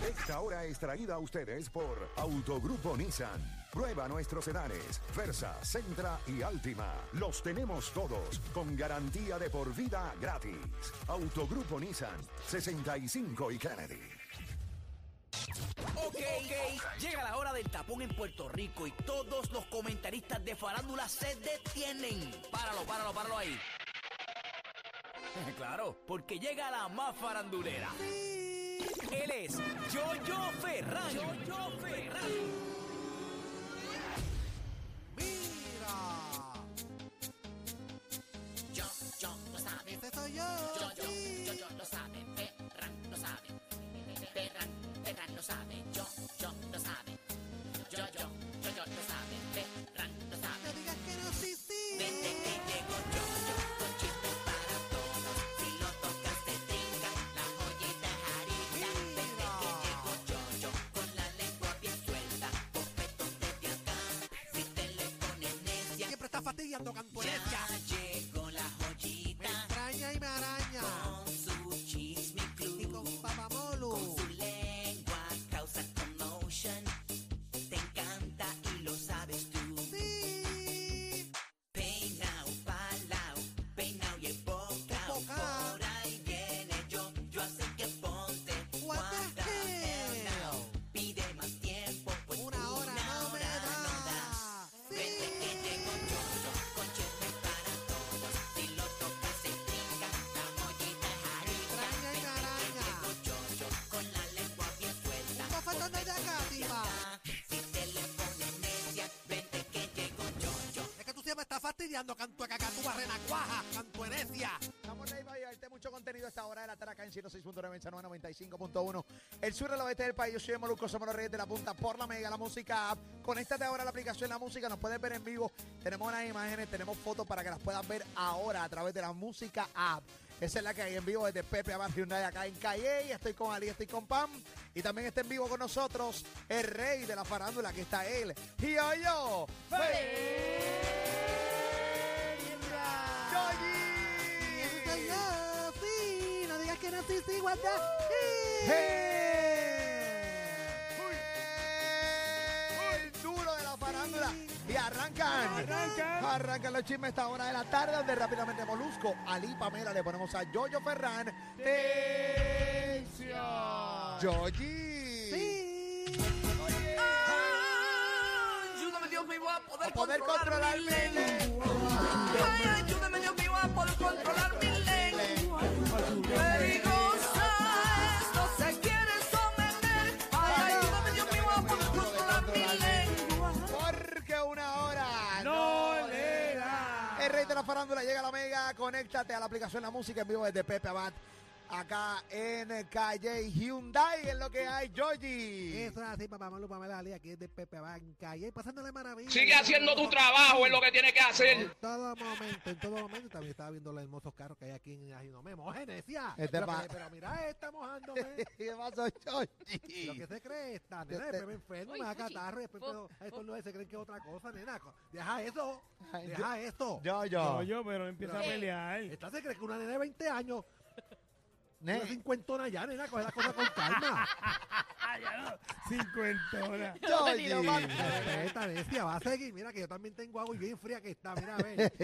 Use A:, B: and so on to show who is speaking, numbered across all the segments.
A: Sexta hora extraída a ustedes por Autogrupo Nissan. Prueba nuestros sedanes, Versa, Centra y Altima. Los tenemos todos con garantía de por vida gratis. Autogrupo Nissan, 65 y Kennedy.
B: ok, llega la hora del tapón en Puerto Rico y todos los comentaristas de farándula se detienen. Páralo, páralo, páralo ahí. Claro, porque llega la más farandulera. Él es Yoyo Ferran. Yoyo Ferran.
C: Mira,
D: Yo, yo, lo sabe.
C: este soy yo.
D: Yo, yo,
C: sí.
D: yo, yo, lo sabe. Ferran lo sabe. Ferran, Ferran lo sabe. Yo, yo, lo sabe. Yo, yo, yo, yo, lo sabe. Ferran lo sabe.
C: No digas que no, sí, sí.
D: Desde que llegó yo, yo, con chistes para todos. Si lo tocas te trinca, la joyita es harina. Desde que llegó yo, yo, con la lengua bien suelta. Bofetón desde acá, si te le pones necia.
C: Siempre está fastidiando
D: Ya
C: cantueca.
D: llegó la
C: Me
D: joyita.
C: extraña y me araña.
D: Con su chisme
C: Y
D: club,
C: con
D: con
C: papamolu.
D: su lengua causa commotion. Te encanta y lo sabes tú.
C: Sí.
D: Peinao, palao, peinao y embocao.
C: Embocao.
D: Por ahí viene yo, yo así que ponte.
C: What the
D: guarda,
C: hell?
D: hell no. Pide más tiempo, pues
C: Una hora no me
D: hora no
C: da.
D: das. Vete que llegó yo, yo, con chisme para todos. Si lo tocas se trinca, la mollita es harina.
C: Extraña y me araña.
D: Llegó yo, yo, con la lengua bien suelta.
C: Está faltando ya Cativa.
D: Si te le pones necia, vente que llegó yo, yo.
C: Es que tú siempre estás fastidiando cantueca, catúa, renacuaja, cantuenecia.
E: Estamos ready para llevarte mucho contenido a esta hora de la tarde acá en 106.9, en San Juan 95.1. El sur y el oeste del país, yo soy Molusco, somos los reyes de la punta por la mega, la música app. Conéctate ahora a la aplicación La Música, nos puedes ver en vivo. Tenemos las imágenes, tenemos fotos para que las puedas ver ahora a través de la música app. Esa es la que hay en vivo desde Pepe Amar Hyundai acá en Calle. Y estoy con Ali, estoy con Pam. Y también está en vivo con nosotros el rey de la farándula, que está él. Y yo,
C: Y eso soy yo, sí. No digas que no, sí, sí, guarda. Sí.
E: ¡Hey! El duro de la farándula. Y arrancan. Arrancan. los chismes a esta hora de la tarde, donde rápidamente Molusco, Ali Pamela, le ponemos a Yoyo Ferran. ¡Tensión! ¡Yoyi!
C: Sí.
B: Ayúdame, Dios mío, a poder,
E: A poder controlar mi lengua.
B: Ay, ayúdame, Dios mío, a poder controlar mi lengua. Peligrosa es, no se quiere someter. Ay, ayúdame, Dios mío, a poder controlar mi lengua.
E: Porque una hora no le da. El rey de la farándula llega a la mega. Conéctate a la aplicación La Música en vivo desde Pepe Abad. Acá en Calle Hyundai es lo que hay, Georgie.
C: Eso es así, papá Manu, Pamela Ali, aquí es de Pepe Banca. Y ahí pasándole maravilla.
F: Sigue haciendo tu trabajo, es lo que tienes que hacer.
C: En todo momento, en todo momento. También estaba viendo los hermosos carros que hay aquí en Ajinomé. ¡Moje, necia!
E: Este
C: Lo
E: pa-
C: que- Pero mira, está mojándome.
E: ¿Qué pasó,
C: Lo
E: Georgie?
C: que se cree esta nena,
E: Yo te-
C: después me enfermo, me da catarro, y después puedo, estos se creen que es otra cosa, nena. Co- Deja eso,
E: Ay,
C: deja eso.
E: Yo, yo.
G: Oye, pero no empieza a pelear.
C: Esta se cree que una nena de 20 años,
E: Ne-
C: una cincuentona ya, nena, coge las cosas con calma.
G: Cincuentona.
E: Georgie.
C: esta necia va a seguir, mira que yo también tengo agua y bien fría que está, mira a ver.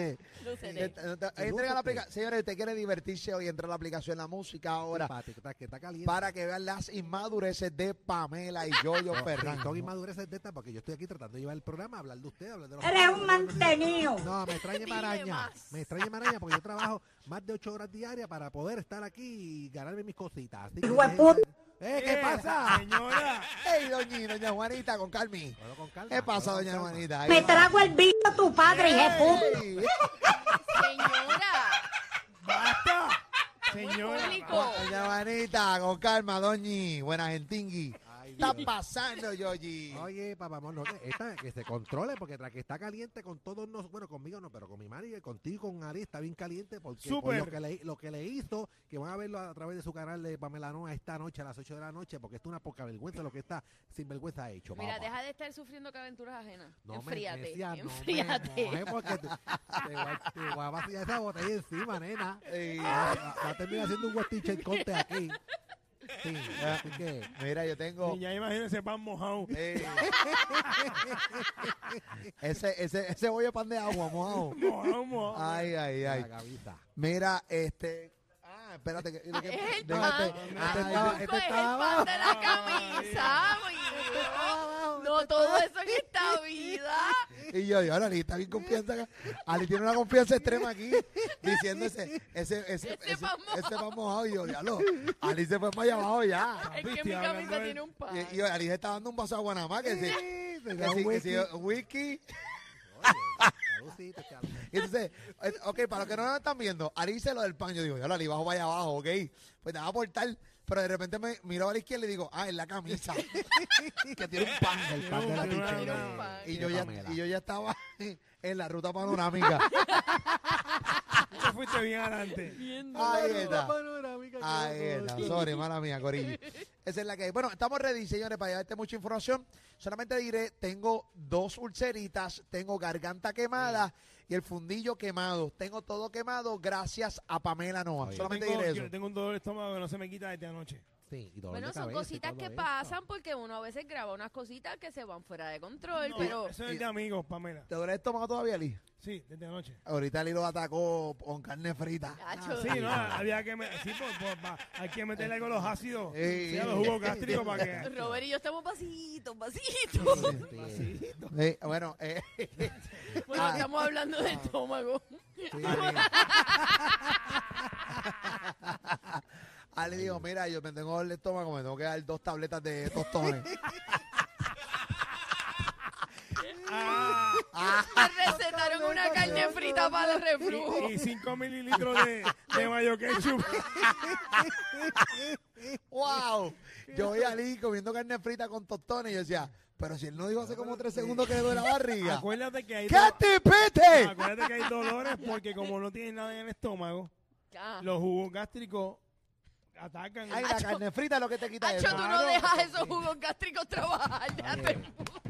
E: Ent- ent- Entrega la aplicación. Señores, usted quiere divertirse hoy, entra a la aplicación La Música ahora
C: Simpático, está- que está caliente.
E: para que vean las inmadureces de Pamela y Yoyo Ferran.
C: Son inmadureces de esta porque yo estoy aquí tratando de llevar el programa, hablar de usted, hablar de los...
H: Eres un mantenido.
C: No, me extraña maraña. Me extraña maraña porque yo trabajo más de ocho horas diarias para poder estar aquí y ganarme mis cositas. Así que
H: Hijo de
C: deje-
H: puta.
C: ¡Eh, qué pasa!
G: Señora.
E: ¡Ey, doñi, doña Juanita, con Carmen!
C: Bueno, con calma,
E: ¿Qué pasa,
C: con
E: doña
C: calma.
E: Juanita? Ahí
H: Me
E: va.
H: trago el bicho a tu padre, hijo
E: ¡Ey!
I: Señora,
G: ¡Basta! Señora.
I: público.
E: Doña Juanita, con calma, doñi. Buena gentingui.
C: Ay,
E: está
C: Dios.
E: pasando, Yoyi?
C: Oye, papá, no, que esta- que se controle porque tras que está caliente con todos nosotros, bueno, conmigo no, pero con mi manager, contigo y con Ari está bien caliente porque por
G: Súper.
C: lo, que le, lo que le hizo, que van a verlo a, través de su canal de Pamela Noa esta noche a las 8 de la noche porque esto es una poca vergüenza lo que está sin vergüenza hecho.
I: mira,
C: papá.
I: deja de estar sufriendo que aventuras ajenas.
C: No me
I: enfríate,
C: decía,
I: enfríate.
C: No me mojes porque te, te voy a- te voy a vaciar esa botella encima, nena.
E: Ey,
C: Va va a terminar haciendo un West Teacher Conte aquí.
J: Sí, así que.
E: Mira, yo tengo.
G: Y ya imagino ese pan mojado.
E: eh, ese, ese, ese bollo de pan de agua, mojado.
G: Mojado, mojado.
E: Ay, ay,
J: la
E: ay.
J: gavita.
E: Mira, este. Ah, espérate. Que, que-
I: Es el
E: déjate-
I: pan.
E: ah,
J: Este
I: Ay,
J: estaba-
I: Luco,
J: este
I: es el
J: estaba
I: pan
J: abajo.
I: de la camisa, güey. No todo eso en esta vida.
E: Y yo digo, ahora Ali está bien confianza. acá. Ali tiene una confianza extrema aquí, diciendo ese, ese, ese, ese,
I: Ese pan mojado.
E: ese pan mojado. Y yo, diablo, Ali se fue para allá abajo ya.
I: Es que
G: Viste,
I: mi
G: hablando
I: camisa
G: de-
I: tiene un pan.
E: Y, y Ali se está dando un vaso de guanamá que
J: Sí,
E: se...
J: se
E: Que
J: da un
E: sí, que
J: whisky.
E: sí, wiki.
J: Saludcito, chaval.
E: Y Entonces, eh, ok, para los que no lo están viendo, Ali dice lo del pan. Yo digo, ya Ali, bajo vaya abajo, ok. Pues te va a aportar. Pero de repente me miro a la izquierda y digo, ah, es la camisa. que tiene un pan.
J: El pan de
G: Tiene
J: la
G: un
J: teacher
G: gran-
J: de-
E: Y
J: de
E: yo, ya,
J: Pamela.
E: y yo ya estaba en la ruta panorámica.
G: Tú fuiste bien adelante.
E: Ahí está.
J: Panorámica, qué
E: Ahí está.
J: horror.
E: Sorry, mala mía, Corillo. Esa es la que hay. Bueno, estamos ready, señores, para llevarte mucha información. Solamente diré, tengo dos ulceritas, tengo garganta quemada
J: Mm.
E: y el fundillo quemado. Tengo todo quemado gracias a Pamela Noa.
J: Oye.
E: Solamente
G: Tengo-
E: diré
G: yo
E: eso.
G: tengo un dolor de estómago que no se me quita desde anoche.
J: Sí, y dolor de
I: Bueno, son
J: cabeza y
I: cositas
J: todo
I: que
J: eso.
I: pasan porque uno a veces graba unas cositas que se van fuera de control,
G: No,
I: pero
G: eso es de amigos, Pamela.
E: ¿Te duele el estómago todavía, Ali?
G: Sí, desde anoche.
E: Ahorita Ali lo atacó con carne frita.
I: Nacho,
G: Ah, Sí, no, había que, me- sí, por- por- pa- hay que meterle algo a los ácidos,
E: Ey,
G: sí, a los
E: ey.
G: jugos gástricos para que...
I: Robert y yo estamos pasitos, pasitos.
J: Sí, sí.
E: Eh, bueno, eh,
I: Bueno,
E: Ah.
I: estamos hablando del estómago.
E: Ali dijo, mira, yo me tengo dolor de estómago, me tengo que dar dos tabletas de tostones.
G: Ah,
I: Me recetaron una carne frita para el reflujo.
G: y, 5 mililitros de, de mayo ketchup.
E: ¡Wow! Yo vi a Ali comiendo carne frita con tostones y yo decía, pero si él no dijo hace como tres segundos que le duele la barriga.
G: Acuérdate que hay... do-
E: ¡Katy Pete!
G: Acuérdate que hay dolores porque como no tienes nada en el estómago,
I: Ah.
G: los jugos gástricos atacan.
E: Ay, la carne frita es lo que te quita
I: Nacho,
E: eso.
I: tú no dejas esos jugos gástricos trabajar. déjate en paz.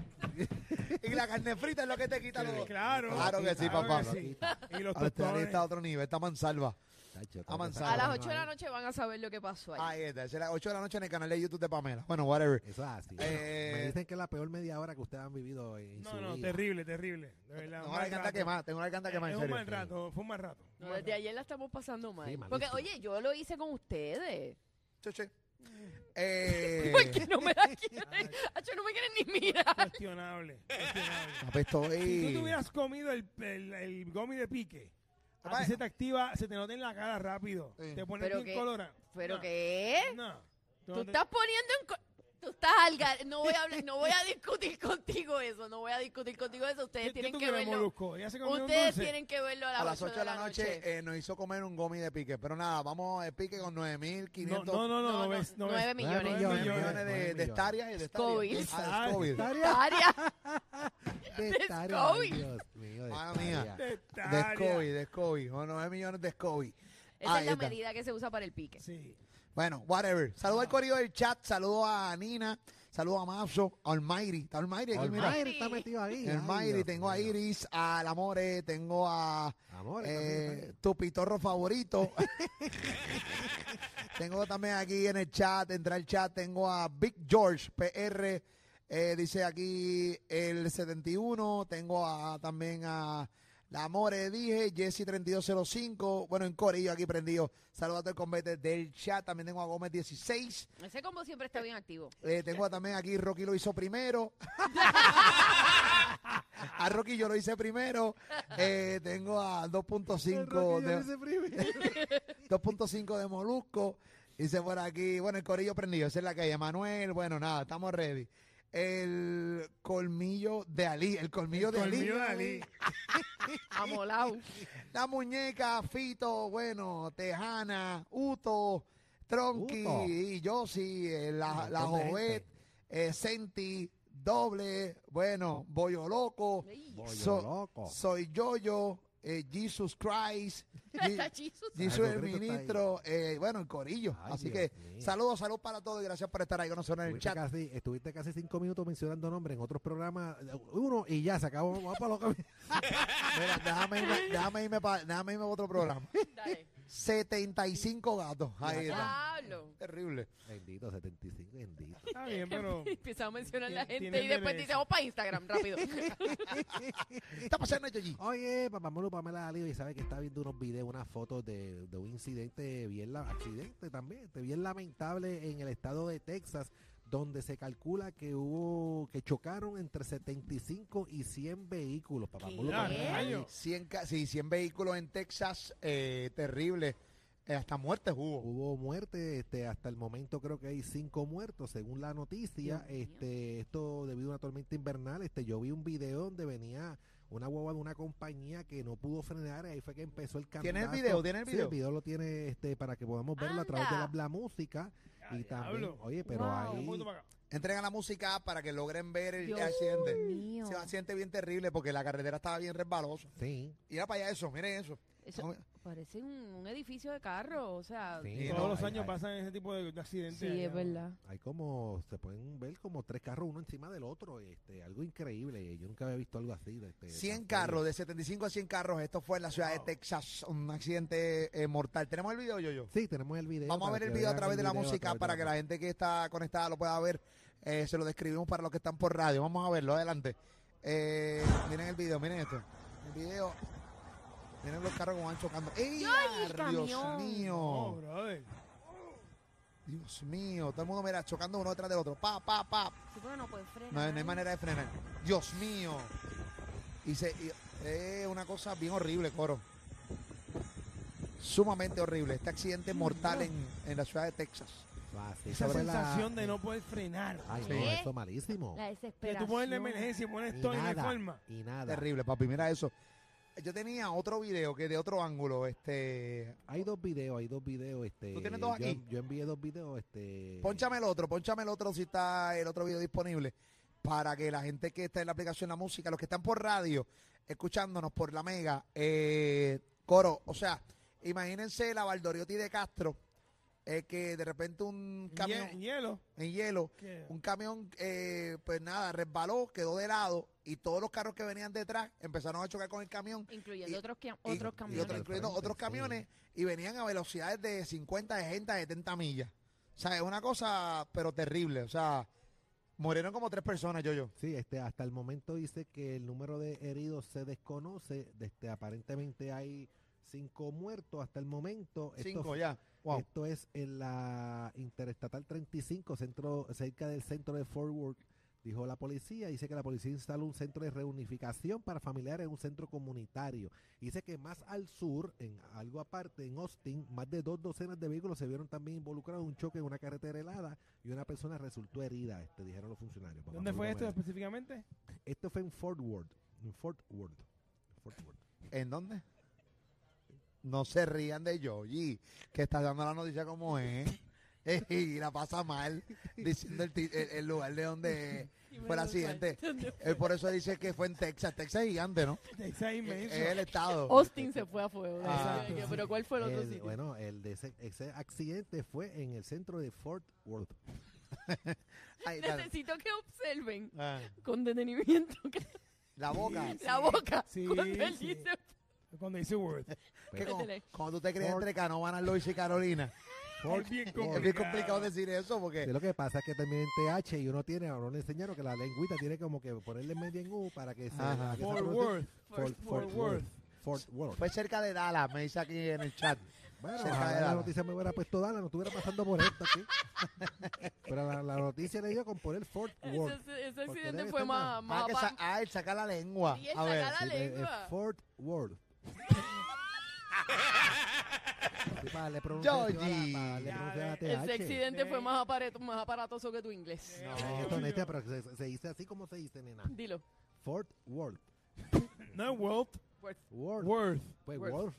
E: Y la carne frita es lo que te quita los...
G: Claro.
E: Claro que sí,
G: Claro
E: papá.
G: que sí. Y los
E: Ahora este Ali
G: tostones.
E: está a otro nivel, está mansalva.
J: Tacho,
E: A pues. manzana.
I: A las
E: Claro,
I: 8 de la noche van a saber lo que pasó ahí.
E: Ahí está, es las 8 de la noche en el canal de YouTube de Pamela. Bueno, whatever.
J: Eso es así.
E: Eh,
J: me dicen que es la peor media hora que ustedes han vivido en
G: No,
J: su
G: no,
J: vida.
G: terrible, terrible. De verdad,
E: Tengo
G: mal
E: la garganta
G: rato.
E: quemada, tengo la garganta quemada,
G: Es
E: en
G: un
E: serio.
G: mal rato, fue un mal rato.
I: No, desde ayer la estamos pasando mal.
J: Sí,
I: Porque,
J: malísimo.
I: oye, yo lo hice con ustedes.
E: Che, che. Eh,
I: ¿Por qué no me la quieren? Nacho, no me quieren ni mirar.
G: Cuestionable, cuestionable.
E: apesto
G: Si tú te
E: ahí.
G: hubieras comido el, el, el gomi de pique, a
E: Papá,
G: ti se te activa, se te nota en la cara rápido.
E: Sí.
G: Te pones
I: Pero
G: bien
I: que-
G: colorado.
I: ¿Pero
G: No,
I: qué?
G: No.
I: Tú
G: no te-
I: estás poniendo en... co- Tú estás al gar- No voy, a hablar- no voy a discutir contigo eso. No voy a discutir contigo eso.
G: ¿Qué-
I: Ustedes
G: qué
I: tienen
G: tú
I: que
G: quieres,
I: verlo.
G: Molusco? Ella se comió un
I: Ustedes
G: dulce.
I: tienen que verlo
E: A las 8 de la noche eh, nos hizo comer un gomi de pique. Pero nada, vamos a pique con 9.500
G: No, no, no, no, no, ves, no
I: nueve
G: ves.
I: millones.
G: Nueve
E: millones,
G: millones.
E: millones de, de
J: millones.
E: hectáreas y de hectáreas.
I: Covid.
E: Ah, de COVID.
J: Tarea,
I: Área.
J: de
I: It's
J: tarea,
I: going.
J: Dios mío, de
E: Madre mía.
J: tarea.
G: De
E: De
G: hectárea.
E: COVID, de COVID. O 9 millones de COVID.
I: Esa
C: Ah,
E: Ahí
I: es la
E: está.
I: medida que se usa para el pique.
G: Sí.
E: Bueno, whatever. Saludo al
G: Ah.
E: corrido del chat. Saludo a Nina. Saludo a Mafso. A Almighty. Está Almighty aquí, mira.
J: Almighty está metido ahí. ay,
E: Almighty.
J: Dios
E: Tengo a
J: mío.
E: Iris. A Lamore. Tengo a...
J: Amor, también
E: Eh,
J: está
E: tu pitorro favorito. tengo también aquí en el chat, entra el chat, tengo a Big George PR, eh, dice aquí el 71, tengo a, también a La More, dije, Jesse 3205, bueno, en Corillo aquí prendido. Saludos a todo el convete del chat, también tengo a Gómez 16,
I: Ese combo siempre está bien activo.
E: eh, tengo a- también aquí Rocky lo hizo primero. A Rocky yo lo hice primero. Eh, tengo a
J: ahí. El Rocky
E: 2.5
J: ya
E: de,
J: dice primero.
E: 2.5 de Molusco. Dice por aquí, bueno, el corillo prendido, esa es la calle. Manuel, bueno, nada, estamos ready. El colmillo de Ali, el colmillo, de, Ali.
G: Colmillo de Ali.
I: Ah. Amolao.
E: La muñeca, Fito, bueno, Tejana, Uto, Tronqui,
J: Uto.
E: y Yossi, eh, la,
J: Un
E: la
J: montón de
E: Jovet, eh, Senti, Doble, bueno, Bollo Loco,
I: Ey,
J: Bollo
E: So-
J: loco.
E: Soy Yoyo, eh, Jesus Christ. Ye-
I: está chiso.
E: Jesús el
J: Ay, Jesucristo está ahí.
E: ministro, eh, bueno, el corillo.
J: Ay,
E: Así
J: Dios
E: que
J: mío.
E: saludos, saludos para todos y gracias por estar ahí con nosotros en el
J: Estuviste
E: chat.
J: casi, estuviste casi cinco minutos mencionando nombres en otros programas. eh, Uno y ya se acabó. Vamos para los caminos.
E: Mira, déjame irme, déjame irme pa- déjame irme a otro programa.
I: Dale.
E: 75 gatos. Ahí está.
I: Diablo.
E: Terrible.
J: Bendito, 75, bendito.
G: Está bien, pero.
I: Empieza a mencionar la
G: Tien-
I: gente y
G: tienen
I: después
G: derecho.
I: dice, oh, para Instagram, rápido.
E: Está pasando esto allí.
J: Oye, papá Molo Pamela Alio, y sabe que está viendo unos videos, unas fotos de, de un incidente bien la- accidente también, este, bien lamentable en el estado de Texas, donde se calcula que hubo, que chocaron entre 75 y 100 vehículos, papá
I: ¿Qué?
J: Molo Pamela Alio.
E: 100, ca- sí, 100 vehículos en Texas, eh, terrible. Eh, hasta muertes hubo.
J: Hubo muerte, este, hasta el momento creo que hay cinco muertos, según la noticia.
I: Dios mío.
J: Este, esto debido a una tormenta invernal, este, yo vi un video donde venía una guagua de una compañía que no pudo frenar, y ahí fue que empezó el cambio.
E: ¿Tiene el video? ¿Tiene el
J: Sí, el
E: video?
J: video lo tiene este para que podamos verlo a través de
I: Anda.
J: la, la música y también, oye, pero
I: Wow.
J: ahí
G: Un punto para acá.
E: Entregan la música para que logren ver el
I: Dios
E: accidente.
I: mío.
E: Se va accidente bien terrible porque la carretera estaba bien resbalosa.
J: sí,
E: Y era para allá eso, miren eso.
I: Eso parece un, un edificio de carro, o sea...
J: sí,
E: Y
G: Todos
E: no,
G: los
J: hay-
G: años
J: hay-
G: pasan ese tipo de, de accidentes.
I: Sí,
G: allá,
I: es
G: ¿no?
I: verdad.
J: Hay como se pueden ver como tres carros uno encima del otro, este, algo increíble. Yo nunca había visto algo así. de Este,
E: 100
J: tan serio.
E: carros, de 75 a 100 carros. Esto fue en la ciudad de Texas, un accidente eh, mortal. ¿Tenemos el video, yo, yo?
J: Sí, tenemos el video.
E: Vamos a
J: para
E: ver el
J: que
E: video a
J: vean
E: través de la
J: video a
E: música
J: través de
E: para que la gente que está conectada lo pueda ver. Eh, se lo describimos para los que están por radio. Vamos a verlo, adelante. Eh, miren el video, miren esto. El video. Miren los carros como van chocando. ¡Ey,
I: ¡Ay,
E: Dios
I: el camión!
G: No,
E: mío!
G: brother.
E: Dios mío. Todo el mundo, mira, chocando uno detrás del otro. Pa, pa, pa.
I: Sí, pero no puede frenar.
E: No, hay- no hay manera de frenar. Dios mío. Y se, y- eh, una cosa bien horrible, coro. Sumamente horrible. Este accidente mortal en, en la ciudad de Texas.
J: Ah, sí,
G: Esa
J: sobre la-
G: sensación de no poder frenar.
J: Ay, no,
I: ¿Qué?
J: eso malísimo.
I: La
G: Que
I: desesperación.
G: tú pones la emergencia y
J: Y
G: pones todo en
J: nada,
G: forma.
J: Y nada.
E: Terrible, papi. Mira eso. Yo tenía otro video que de otro ángulo, este.
J: Hay dos videos, hay dos videos. Este,
E: ¿Tú tienes dos
J: yo,
E: aquí?
J: Yo envié dos videos.
G: Eh,
J: Este,
E: Pónchame el otro, pónchame el otro si está el otro video disponible. Para que la gente que está en la aplicación La Música, los que están por radio, escuchándonos por la mega, eh, coro, o sea, imagínense la Valdoriotti de Castro, eh, que de repente un
G: En
E: camión
G: hie- en hielo.
E: en hielo,
G: ¿Qué?
E: un camión, eh, pues nada, resbaló, quedó de lado y todos los carros que venían detrás empezaron a chocar con el camión
I: Incluyendo
E: Y-
I: otros, que-
E: y-
I: otros
E: y
I: camiones.
E: otro-
J: Del
E: incluyendo
J: frente,
E: otros
J: sí.
E: camiones y venían a velocidades de 50, 60, 70 millas. O sea, es una cosa, pero terrible. O sea, murieron como tres personas, yo, yo.
J: Sí, este, hasta el momento dice que el número de heridos se desconoce. Este, aparentemente hay cinco muertos hasta el momento. Esto
E: Cinco
J: fue-
E: ya. Wow.
J: Esto es en la Interestatal 35, centro, cerca del centro de Fort Worth, dijo la policía. Dice que la policía instaló un centro de reunificación para familiares en un centro comunitario. Dice que más al sur, en algo aparte, en Austin, más de dos docenas de vehículos se vieron también involucrados en un choque en una carretera helada y una persona resultó herida, este, dijeron los funcionarios. Papá
G: ¿Dónde fue
J: Pablo
G: esto
J: Gomera.
G: específicamente?
J: Esto fue en Fort Worth. En Fort Worth. en Fort Worth.
E: Eh, ¿En dónde? No se rían de Yoyi, que está dando la noticia como es. Y la pasa mal diciendo el, ti- el- el lugar de donde fue el accidente. Él por eso dice que fue en Texas. Texas es gigante, ¿no?
G: Esa
E: Es
G: es inmenso.
E: el estado.
I: Austin se fue a fuego.
E: Ah,
I: Ay, Pero ¿cuál fue el otro
J: El-
I: sitio?
J: bueno, el de ese, ese accidente fue en el centro de Fort Worth.
E: Ahí está.
I: Necesito que observen
E: Ah,
I: con detenimiento que-
E: La boca.
I: la boca
G: sí,
I: cuando él
G: sí.
I: dice
G: Cuando dice Word.
E: Que como,
I: Métele.
E: como tú te crees
J: Pues, Por-
E: entre Canovanas, Luis y Carolina.
G: Es bien
E: Es bien complicado decir eso
J: Sí,
E: porque.
J: lo que pasa es que también en TH y uno tiene, ahora le enseñaron que la lengüita tiene como que ponerle media en U para que se.
E: Ajá.
J: para que se
G: Fort
J: pronuncie.
G: Worth.
J: Fort, Fort
G: Fort
J: Worth.
G: Worth.
J: Fort Worth.
E: Fue cerca de Dallas, me dice aquí en el chat.
J: Bueno,
E: cerca
J: ojalá
E: de
J: la
E: Dallas.
J: noticia me hubiera puesto Dana, no estuviera pasando por esto aquí. Pero la, la noticia le dio con poner Fort
I: ese,
J: Worth.
I: ese
J: Porque
I: accidente
J: debe
I: fue
J: ser
I: más,
E: Ah,
J: más-
I: más
E: que
I: pa-
E: sa- ah, él saca la lengua.
I: Y él
E: A ver.
I: saca la
J: Sí, le- eh, es
I: lengua.
J: Fort Worth. Sí, para le
E: Georgie.
J: pronunciar
I: Ese
J: TH.
I: accidente fue más, apare- más aparatoso que tu inglés.
G: No.
J: Ay, esto, neta, este, pero se, se dice así como se dice, nena.
I: Dilo.
J: Fort Worth.
G: No es Worth.
J: Worth.
G: Worth.
J: Pues
I: Worth.
J: Worth.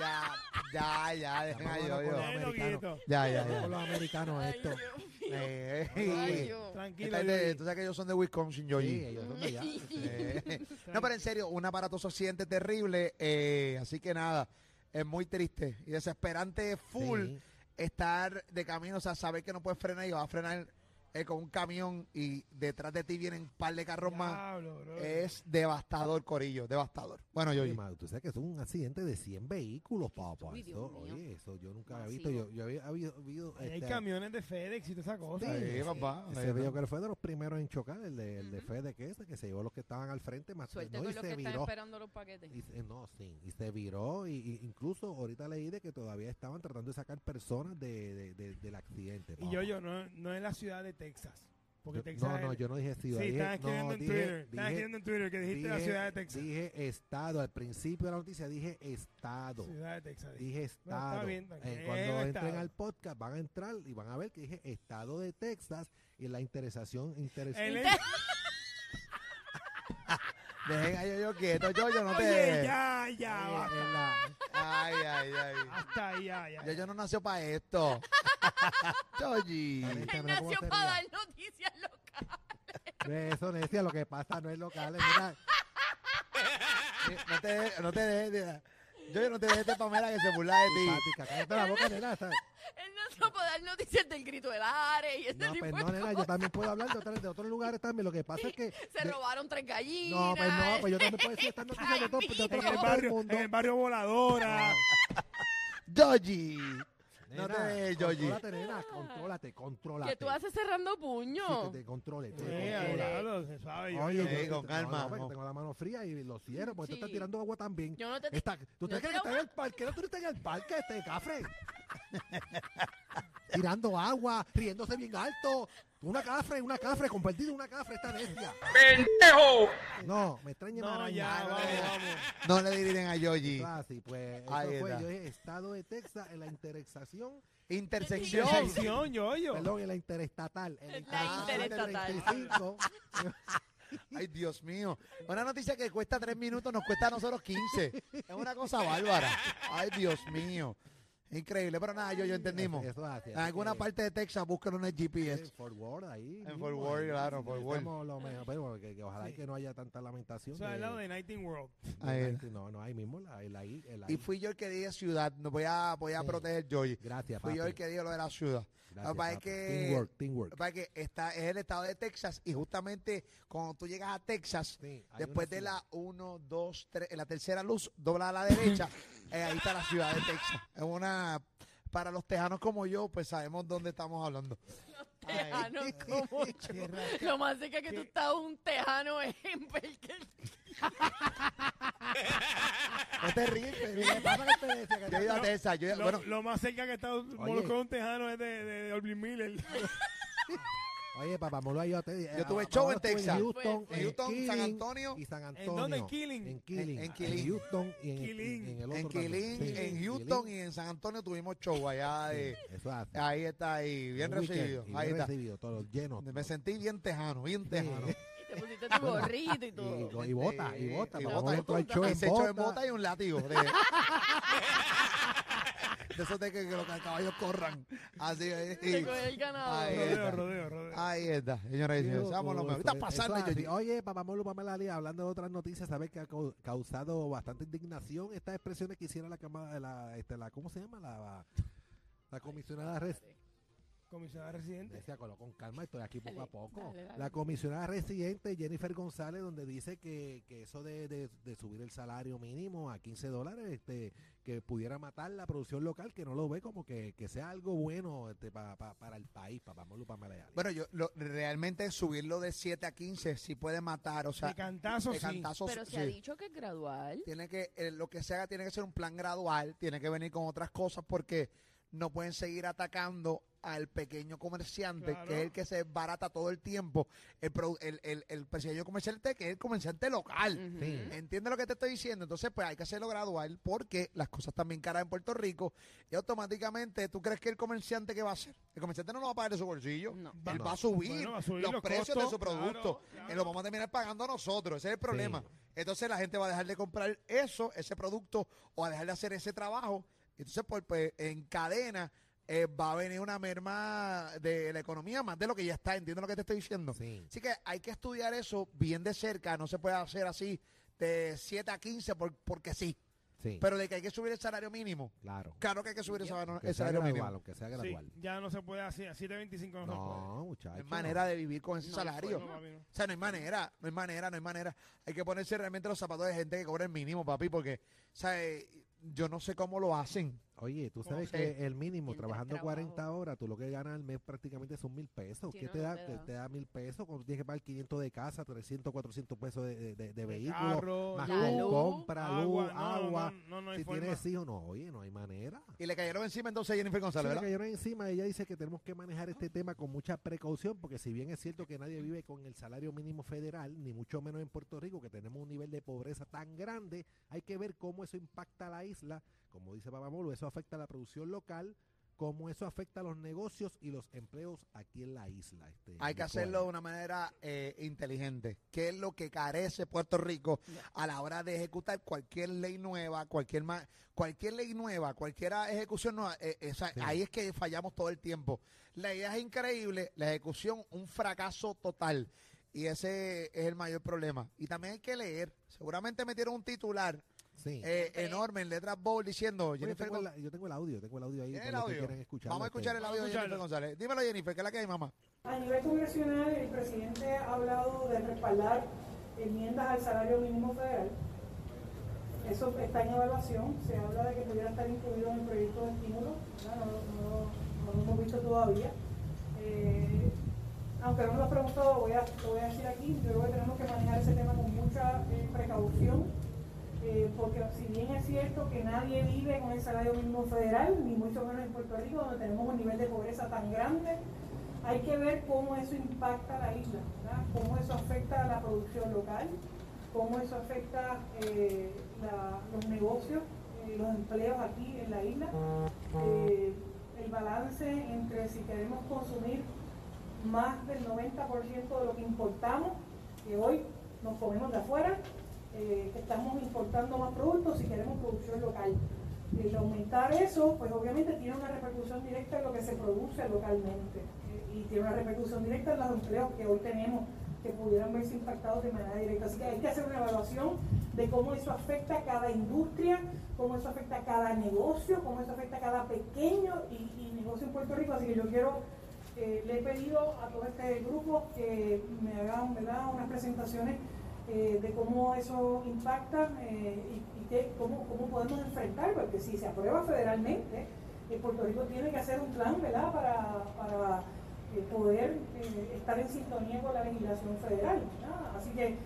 E: Ya, ya, ya, deja
J: vámonos
E: yo,
J: con
E: yo.
J: la-
G: Déjelo
J: americano.
G: quieto.
E: Ya, ya,
J: Vamos con
E: ya.
J: los americanos a
I: Ay,
J: esto.
I: Dios mío.
E: Eh,
I: Ay,
E: eh.
I: Dios.
G: Tranquilo.
E: Esta es de- Tú sabes que ellos son de Wisconsin, yo.
J: Sí, ellos son de allá.
E: Eh, No, pero en serio, un aparatoso accidente terrible. eh, así que nada, es muy triste y desesperante full
J: Sí.
E: estar de camino, o sea, saber que no puedes frenar y vas a frenar eh, con un camión y detrás de ti vienen un par de carros más.
G: Diablo, bro.
E: Es devastador, Corillo, devastador. Bueno, yo
J: Oye, Mau, tú sabes que es un accidente de 100 vehículos, papá.
I: Uy, Dios
J: Eso,
I: mío.
J: oye, eso yo nunca había
I: Masivo.
J: visto. Yo, yo había habido. habido,
G: Ahí hay
J: este,
G: camiones de FedEx y toda esa cosa.
J: Sí.
G: Eh,
E: Sí, papá.
J: ese
E: ahí
J: veo
E: está.
J: que fue de los primeros en chocar, el de, el de
I: Ujú.
J: Fede que ese, que se llevó los que estaban al frente, más
I: Suerte
J: no,
I: con
J: y
I: los
J: se
I: que están
J: viró.
I: esperando los paquetes.
J: Y se- no, sí, y se viró, y, y incluso ahorita leí de que todavía estaban tratando de sacar personas de, de- de- del accidente.
G: Y
J: papá.
G: yo, yo, no, no es la ciudad de Texas. Porque
J: Yo-
G: Texas
J: no,
G: es-
J: no, yo no dije
G: Sí,
J: ciudad. dije,
G: están escribiendo
J: no,
G: en
J: dije-
G: Twitter. Están
J: dije-
G: escribiendo en Twitter que dijiste la
J: dije-
G: ciudad de Texas.
J: Dije estado, al principio de la noticia dije estado.
G: Ciudad de Texas. dije.
J: Dije
G: No, está
J: estado.
G: bien, tranquilo,
J: Eh, cuando entren
G: estado.
J: al podcast van a entrar y van a ver que dije estado de Texas y la interesación interes-
G: El-
E: Dejen a yo quieto, yo, yo no te.
G: Oye, ya, ya,
E: Ay,
G: basta.
E: en la- Ay, ay, ay.
G: Hasta ahí, ya, ya.
E: Yo, yo no nació para esto. Yoyi.
J: Ahorita,
I: Él
J: mira cómo
I: nació
J: se
I: para
J: ríe.
I: dar noticias locas.
J: No es Eso, necia, lo que pasa no es local. es verdad.
E: No te, eh, no te dejes. de- Yo, yo no te dejes de Pamela que se burla de ti.
J: Simpática, cállate la boca, nena. ¿sabes?
I: Él nació para dar noticias del grito del Ares y ese
J: No,
I: tipo
J: pues
I: de
J: no, nena, yo
I: cosas.
J: también puedo hablar de, otras- de otros lugares también. Lo que pasa es que.
I: Se
J: de-
I: robaron tres gallinas.
J: No, pues no, pues yo también puedo decir estas noticias de otro, de otro
G: en, el
J: lado del
G: barrio,
J: mundo.
G: en el barrio Voladora.
E: Yoyi. No te
J: Nena,
E: dejes, Yoyi.
J: Contrólate, nena, contrólate, contrólate.
I: que tú haces cerrando puño.
J: Sí, que te controle, te
G: Eh,
J: controla.
G: diablo, se suave, yo-
J: Oye,
G: yo-
E: Sí,
J: yo-
E: con
J: no,
E: calma,
J: no, porque
E: no.
J: tengo la mano fría y lo cierro, porque tú
I: Sí.
J: estás tirando agua también.
I: Yo no te
J: Está- ¿Tú te
I: no
J: crees
I: te
J: que estás en el parque? ¿No tú no estás en el parque, este cafre? Tirando agua, riéndose bien alto. Una cafre, una cafre, compartido una cafre, esta bestia.
F: ¡Pendejo!
J: No, me extraña
G: No,
J: maraña.
G: ya, vamos, vamos.
E: No le dirigen a Yoyi.
J: Ah, sí, pues eso
E: Ahí
J: fue,
E: está. Oh.
J: yo dije, estado de Texas en la intersección,
E: Intersección.
G: Sección, yo, yo.
J: perdón, en la interestatal, en la,
I: La interestatal.
J: 35.
E: Ay, Dios mío. Una noticia que cuesta tres minutos nos cuesta a nosotros 15. Es una cosa bárbara. Ay, Dios mío. Increíble. Pero nada, yo, yo entendimos.
J: Eso es así,
E: En
J: así
E: alguna
J: que-
E: parte de Texas buscan un
J: En
E: GPS.
J: Fort Worth, ahí.
E: En Fort Worth, claro, en Fort Worth.
J: Estamos lo mejor, pero que, que ojalá y que no haya tanta lamentación.
G: O sea,
J: de-
G: al lado de Nighting World.
J: de
E: Ahí.
J: Nike. no, no, ahí mismo, la, el ahí, el ahí.
E: Y fui yo el que dije ciudad. No voy a, voy a
J: Sí.
E: proteger Joy.
J: Gracias,
E: Fui yo
J: papi,
E: el que dije lo de la ciudad.
J: gracias,
E: papá, es
J: papi.
E: que-
J: Teamwork, teamwork.
E: Para que está, es el estado de Texas y justamente cuando tú llegas a Texas,
J: Sí, hay una
E: después de
J: ciudad.
E: la 1, 2, 3, en la tercera luz, dobla a la derecha, eh, ahí está la ciudad de Texas. Es una, para los tejanos como yo, pues sabemos dónde estamos hablando.
I: Tejano como yo. Ah, Lo más cerca que tú estás un tejano es en Berkeley.
E: No te ríes, te ríes.
J: Lo que pasa es que te decía que-
E: Yo he ido a Texas, yo he-
G: Lo,
E: bueno,
G: lo más cerca que está Molocón Tejano es de, de, de Olvin Miller.
J: Oye, papá, Molo, yo te
E: Yo tuve
J: eh,
E: show
J: Manolo
E: en
J: estuvo
E: Texas.
J: Houston,
I: Fue-
E: en Houston, San
J: Killeen
E: Antonio,
J: Y San
G: dónde?
J: Antonio.
G: ¿En Killeen?
J: En
E: En-
J: Killing.
E: en Killeen.
J: Houston y en,
G: Killeen.
J: y en el otro
E: en
J: también.
E: Killeen,
J: Sí,
E: en Houston y en San Antonio tuvimos show allá de...
J: Sí, Eso es así.
E: Ahí está, ahí, Ah, bien
J: Un weekend,
E: recibido.
J: y Bien
E: Ahí está.
J: recibido, todo lleno.
E: Me sentí bien tejano, bien tejano.
I: Y te pusiste tu gorrito y todo.
J: Y, y bota, y
E: Sí,
J: bota.
E: eh, Y
J: papá,
E: bota,
J: Molo entró al show
E: y
J: en
E: se echó en
J: bota.
E: bota y un látigo. De, de eso de que, que los caballos corran. Así eh, y-
I: Te coge el ganador.
E: Ahí
G: Rodeo,
E: está.
G: rodeo, rodeo.
J: Ah.
E: Ahí está, señoras y señores. Seamos los mejores. Está pasando.
J: Eso es
E: yo-
J: así. Oye, papá Molo, Pamela Lee, hablando de otras noticias, sabes que ha cau- causado bastante indignación estas expresiones que hiciera la cámara de la, este, la ¿cómo se llama? La, la comisionada res-
G: Comisionada residente.
J: decía, "Colo- con calma, estoy aquí poco a
I: Dale,
J: poco.
I: dale, dale.
J: La comisionada residente Jennifer González, donde dice que, que eso de, de- de subir el salario mínimo a 15 dólares, este, que pudiera matar la producción local, que no lo ve como que, que sea algo bueno este, pa- pa- para el país, papá Molo, Pamela Lee.
E: Bueno, yo lo- realmente subirlo de 7 a 15 sí puede matar. O sea,
G: De cantazo,
E: de
G: sí.
E: cantazo,
I: Pero se
E: sí.
I: ha dicho que es gradual.
E: tiene que eh, lo que se haga tiene que ser un plan gradual, tiene que venir con otras cosas porque no pueden seguir atacando al pequeño comerciante,
G: Claro.
E: que es el que se barata todo el tiempo, el, produ- el, el, el pequeño comerciante, que es el comerciante local.
J: Sí.
E: ¿Entiendes lo que te estoy diciendo? Entonces, pues hay que hacerlo gradual porque las cosas están bien caras en Puerto Rico y automáticamente tú crees que el comerciante ¿qué va a hacer? El comerciante no lo va a pagar de su bolsillo.
I: No.
E: Él
J: No.
E: va a subir,
G: Bueno, va a subir
E: los,
G: los
E: precios de
G: costos,
E: su producto.
G: claro,
E: Y Eh, lo vamos a terminar pagando nosotros. Ese es el problema. Entonces la gente va a dejar de comprar eso, ese producto, o a dejar de hacer ese trabajo. Entonces, pues, pues, en cadena eh, va a venir una merma de la economía más de lo que ya está. ¿Entiendes lo que te estoy diciendo?
J: Sí.
E: Así que hay que estudiar eso bien de cerca. No se puede hacer así de 7 a 15 por- porque sí.
J: Sí,
E: Pero de que hay que subir el salario mínimo.
J: claro.
E: Claro que hay que subir el salario,
J: Que
E: el
J: sea
E: salario
J: gradual,
E: mínimo.
J: aunque sea
G: Sí,
J: gradual.
G: ya no se puede así, a 7.25 no,
J: No, muchachos.
E: No hay manera de vivir con ese
I: No,
G: se puede.
E: salario.
G: No, papi, no.
E: O sea, no hay manera, no hay manera, no hay manera. Hay que ponerse realmente los zapatos de gente que cobra el mínimo, papi, porque, ¿sabes? Yo no sé cómo lo hacen.
J: Oye, tú sabes
E: sé?
J: que el mínimo,
I: Entre el
J: trabajando
I: trabajo.
J: 40 horas, tú lo que ganas al mes prácticamente son mil pesos.
I: Sí,
J: ¿Qué
I: no,
J: te
I: no
J: da?
I: te
J: Te,
I: da.
J: te da mil pesos. Cuando tienes que pagar 500 de casa, 300, 400 pesos de, de- de- de vehículo,
G: carro,
J: más
I: la
J: luz,
I: luz,
J: compra, luz,
G: no, no,
J: agua.
G: No, no, no hay
J: si
G: forma.
J: tienes hijos, no, oye, no hay manera.
E: Y le cayeron encima entonces a Jennifer
J: Se
E: González,
J: le
E: ¿verdad?
J: cayeron encima, ella dice que tenemos que manejar este tema con mucha precaución, porque si bien es cierto que nadie vive con el salario mínimo federal, ni mucho menos en Puerto Rico, que tenemos un nivel de pobreza tan grande, hay que ver cómo eso impacta a la isla, como dice Papamolo, eso afecta a la producción local, cómo eso afecta a los negocios y los empleos aquí en la isla. Este,
E: Hay que
J: Nicole.
E: hacerlo de una manera eh, inteligente. ¿Qué es lo que carece Puerto Rico a la hora de ejecutar cualquier ley nueva, cualquier ma- cualquier ley nueva, cualquier ejecución nueva? Eh, eh, o sea,
J: Sí.
E: Ahí es que fallamos todo el tiempo. La idea es increíble, la ejecución un fracaso total. Y ese es el mayor problema. Y también hay que leer. Seguramente metieron un titular
J: Sí.
E: eh,
I: Siempre.
E: enorme en letras bold diciendo
J: Oye,
E: Jennifer
J: tengo
E: Gon-
J: el- yo tengo el audio, tengo el audio ahí.
E: ¿Tiene
J: por
E: el
J: los que
E: audio?
J: quieran escucharlo,
E: Vamos a escuchar el
J: este.
E: audio de Jennifer
G: Escucharlo.
E: González. Dímelo, Jennifer, ¿qué es la que hay, mamá?
H: A nivel congresional, el presidente ha hablado de respaldar enmiendas al salario mínimo federal. Eso está en evaluación. Se habla de que pudiera estar incluido en el proyecto de estímulo. ¿verdad? No, no- no lo hemos visto todavía. Eh, aunque no me lo has preguntado, voy a, lo voy a decir aquí. Yo creo que tenemos que manejar ese tema con mucha eh, precaución. eh, porque si bien es cierto que nadie vive con el salario mínimo federal, ni mucho menos en Puerto Rico, donde tenemos un nivel de pobreza tan grande, hay que ver cómo eso impacta a la isla, ¿verdad? cómo eso afecta a la producción local, cómo eso afecta eh, la- los negocios, eh, los empleos aquí en la isla, Eh, el balance entre si queremos consumir más del 90% de lo que importamos, que hoy nos comemos de afuera, eh, que estamos importando más productos si queremos producción local. El aumentar eso, pues obviamente tiene una repercusión directa en lo que se produce localmente eh, y tiene una repercusión directa en los empleos que hoy tenemos que pudieran verse impactados de manera directa. Así que hay que hacer una evaluación de cómo eso afecta a cada industria, cómo eso afecta a cada negocio, cómo eso afecta a cada pequeño y, y negocio en Puerto Rico. Así que yo quiero eh, le he pedido a todo este grupo que me hagan ¿verdad? unas presentaciones eh, de cómo eso impacta eh, y, y qué- cómo, cómo podemos enfrentar, porque si se aprueba federalmente, eh, Puerto Rico tiene que hacer un plan ¿verdad? para, para, eh, poder eh, estar en sintonía con la legislación federal. ¿verdad? Así que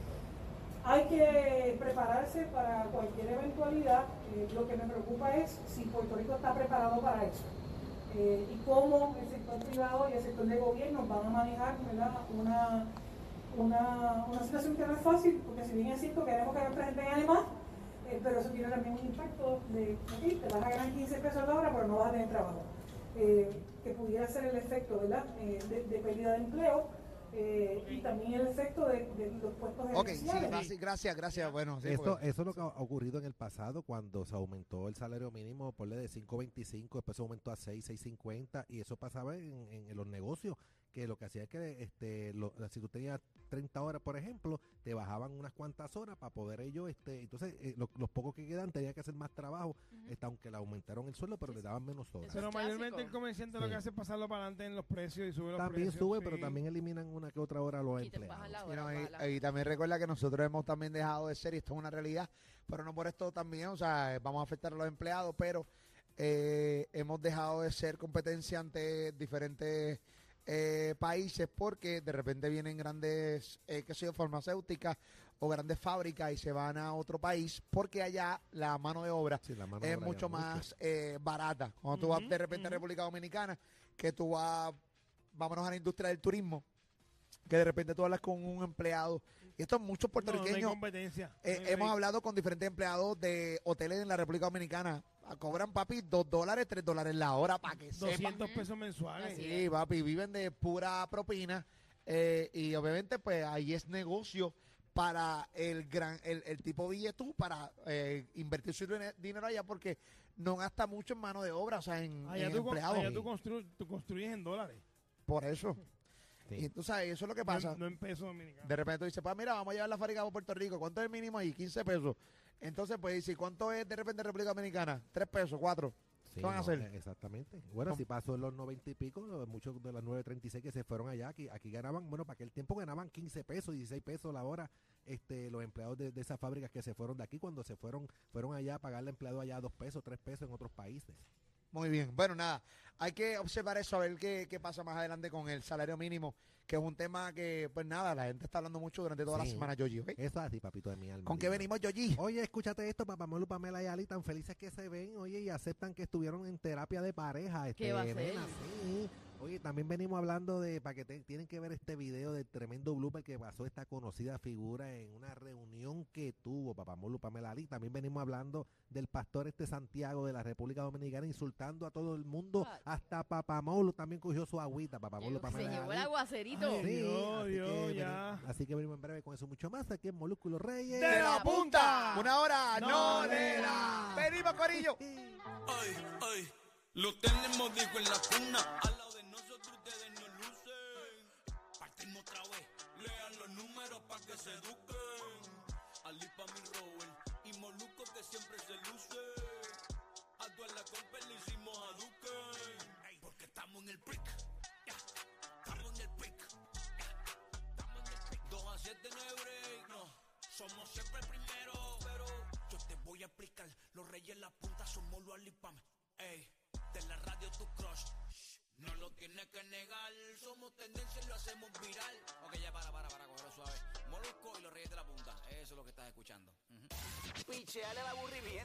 H: hay que prepararse para cualquier eventualidad. Eh, lo que me preocupa es si Puerto Rico está preparado para eso. Eh, y cómo el sector privado y el sector de gobierno van a manejar ¿verdad? Una, una, una situación que no es fácil, porque si bien es cierto queremos que nuestra gente gane más, eh, pero eso tiene también un impacto de, ok, te vas a ganar 15 pesos la hora, pero no vas a tener trabajo. Eh, que pudiera ser el efecto ¿verdad? Eh, de, de pérdida de empleo eh, y también el efecto de, de los puestos
E: Ok, sí,
H: gerenciales.
E: gracias, gracias, gracias. Bueno, sí,
J: Esto,
E: porque-
J: eso es lo que ha ocurrido en el pasado cuando se aumentó el salario mínimo, ponle de 5.25, después se aumentó a 6, 6.50 y eso pasaba en, en- en los negocios, que lo que hacía es que este, lo- si tú tenías 30 horas, por ejemplo, te bajaban unas cuantas horas para poder ellos, este, entonces eh, lo- los pocos que quedan tenían que hacer más trabajo,
I: Ujú.
J: este, aunque le aumentaron el sueldo, pero
I: Sí,
J: le
I: sí.
J: daban menos horas.
I: Eso
G: Pero
I: es
G: mayormente
I: clásico.
G: el comerciante lo
J: Sí.
G: que hace es pasarlo para adelante en los precios y sube los
J: también
G: precios.
J: sube,
G: sí.
J: pero también eliminan una que otra hora a los
I: Y te bajan
J: empleados.
I: la
E: Mira,
I: hora.
E: y-
I: bajan la hora.
E: y, también recuerda que nosotros hemos también dejado de ser, y esto es una realidad, pero no por esto también, o sea, eh, vamos a afectar a los empleados, pero eh, hemos dejado de ser competencia ante diferentes eh, países porque de repente vienen grandes, eh, qué sé yo, farmacéuticas o grandes fábricas y se van a otro país porque allá la mano de obra
J: Sí, la mano de
E: es
J: obra ya
E: mucho más eh, barata. Cuando tú vas de repente a República Dominicana, que tú vas, vámonos a la industria del turismo, que de repente tú hablas con un empleado, y esto muchos
G: No, no hay
E: puertorriqueños,
G: competencia. No
E: eh, hemos
G: hay break.
E: hablado con diferentes empleados de hoteles en la República Dominicana, Ah, cobran papi dos dólares, tres dólares la hora, para que sepan.
G: 200 pesos mensuales.
I: Así
E: Sí, papi, viven de pura propina, eh, y obviamente pues ahí es negocio para el gran el, el tipo billetú para eh, invertir su dine- dinero allá porque no gasta mucho en mano de obra, o sea, en,
G: Allá,
E: en
G: tú, con-
E: empleados.
G: allá tú, constru- tú construyes en dólares.
E: Por eso.
J: Sí.
E: Y tú sabes, eso es lo que
G: no en-
E: pasa.
G: No, en pesos dominicanos.
E: De repente tú dices, pues mira, vamos a llevar la fábrica a Puerto Rico. ¿Cuánto es el mínimo ahí? 15 pesos. Entonces, pues dice, ¿cuánto es de repente República Dominicana? Tres pesos, cuatro.
J: Sí,
E: van a
J: no,
E: hacer?
J: eh, Exactamente. Bueno,
E: ¿Cómo?
J: si pasó en los 90 y pico, lo- muchos de los 9.36 que se fueron allá, aquí, aquí ganaban, bueno, para aquel tiempo ganaban 15 pesos, 16 pesos la hora. Este, los empleados de, de esas fábricas que se fueron de aquí, cuando se fueron, fueron allá a pagarle al empleado allá 2 pesos, 3 pesos en otros países.
E: Muy bien. Bueno, nada, hay que observar eso, a ver qué, qué pasa más adelante con el salario mínimo, que es un tema que, pues nada, la gente está hablando mucho durante toda la
J: Sí.
E: semana, Yogi. ¿ok?
J: Eso es así, papito de mi alma.
E: ¿Con qué
J: dime.
E: venimos, Yogi?
J: Oye, escúchate esto, papá Molu, Pamela y Ali, tan felices que se ven, oye, y aceptan que estuvieron en terapia de pareja. Este,
I: ¿Qué va a ser?
J: nena, sí. Oye, también venimos hablando de, para que te- tienen que ver este video del tremendo blooper que pasó esta conocida figura en una reunión que tuvo, papá Molu, Pamela Ali. También venimos hablando del pastor este Santiago de la República Dominicana insultando a todo el mundo,
I: Ay.
J: hasta papá Molu también cogió su agüita, papá Molu,
I: Ah. Se
J: Pamela
I: llevó el
J: Ali.
I: aguacerito.
G: Ay,
J: Sí,
G: Dios,
J: así,
G: Dios,
J: que veni-
G: ya.
J: así que venimos en breve con eso mucho más aquí en Molúsculo Reyes.
G: ¡De la punta!
E: Una hora, no,
G: No
E: le
G: le
E: da. Venimos, Corillo.
B: Ay, ay, lo tenemos digo en la cuna. Al lado de nosotros ustedes no lucen. Partimos otra vez, lean los números pa' que se eduquen. Alipa mi Robert y Moluco que siempre se luce. A tu la compa le hicimos a Duque. Ey, porque estamos en el pick. ya. Estamos en el pick. ya. Estamos en el pick. 2 a 7 no hay break, no. Somos siempre primero, pero yo te voy a explicar. Los reyes la punta somos los alipam. Ey, de la radio tu crush. Shh, No lo tienes que negar, somos tendencia y lo hacemos viral. Ok, ya para, para, para, cogerlo suave. Molusco y los reyes de la punta. Eso es lo que estás escuchando.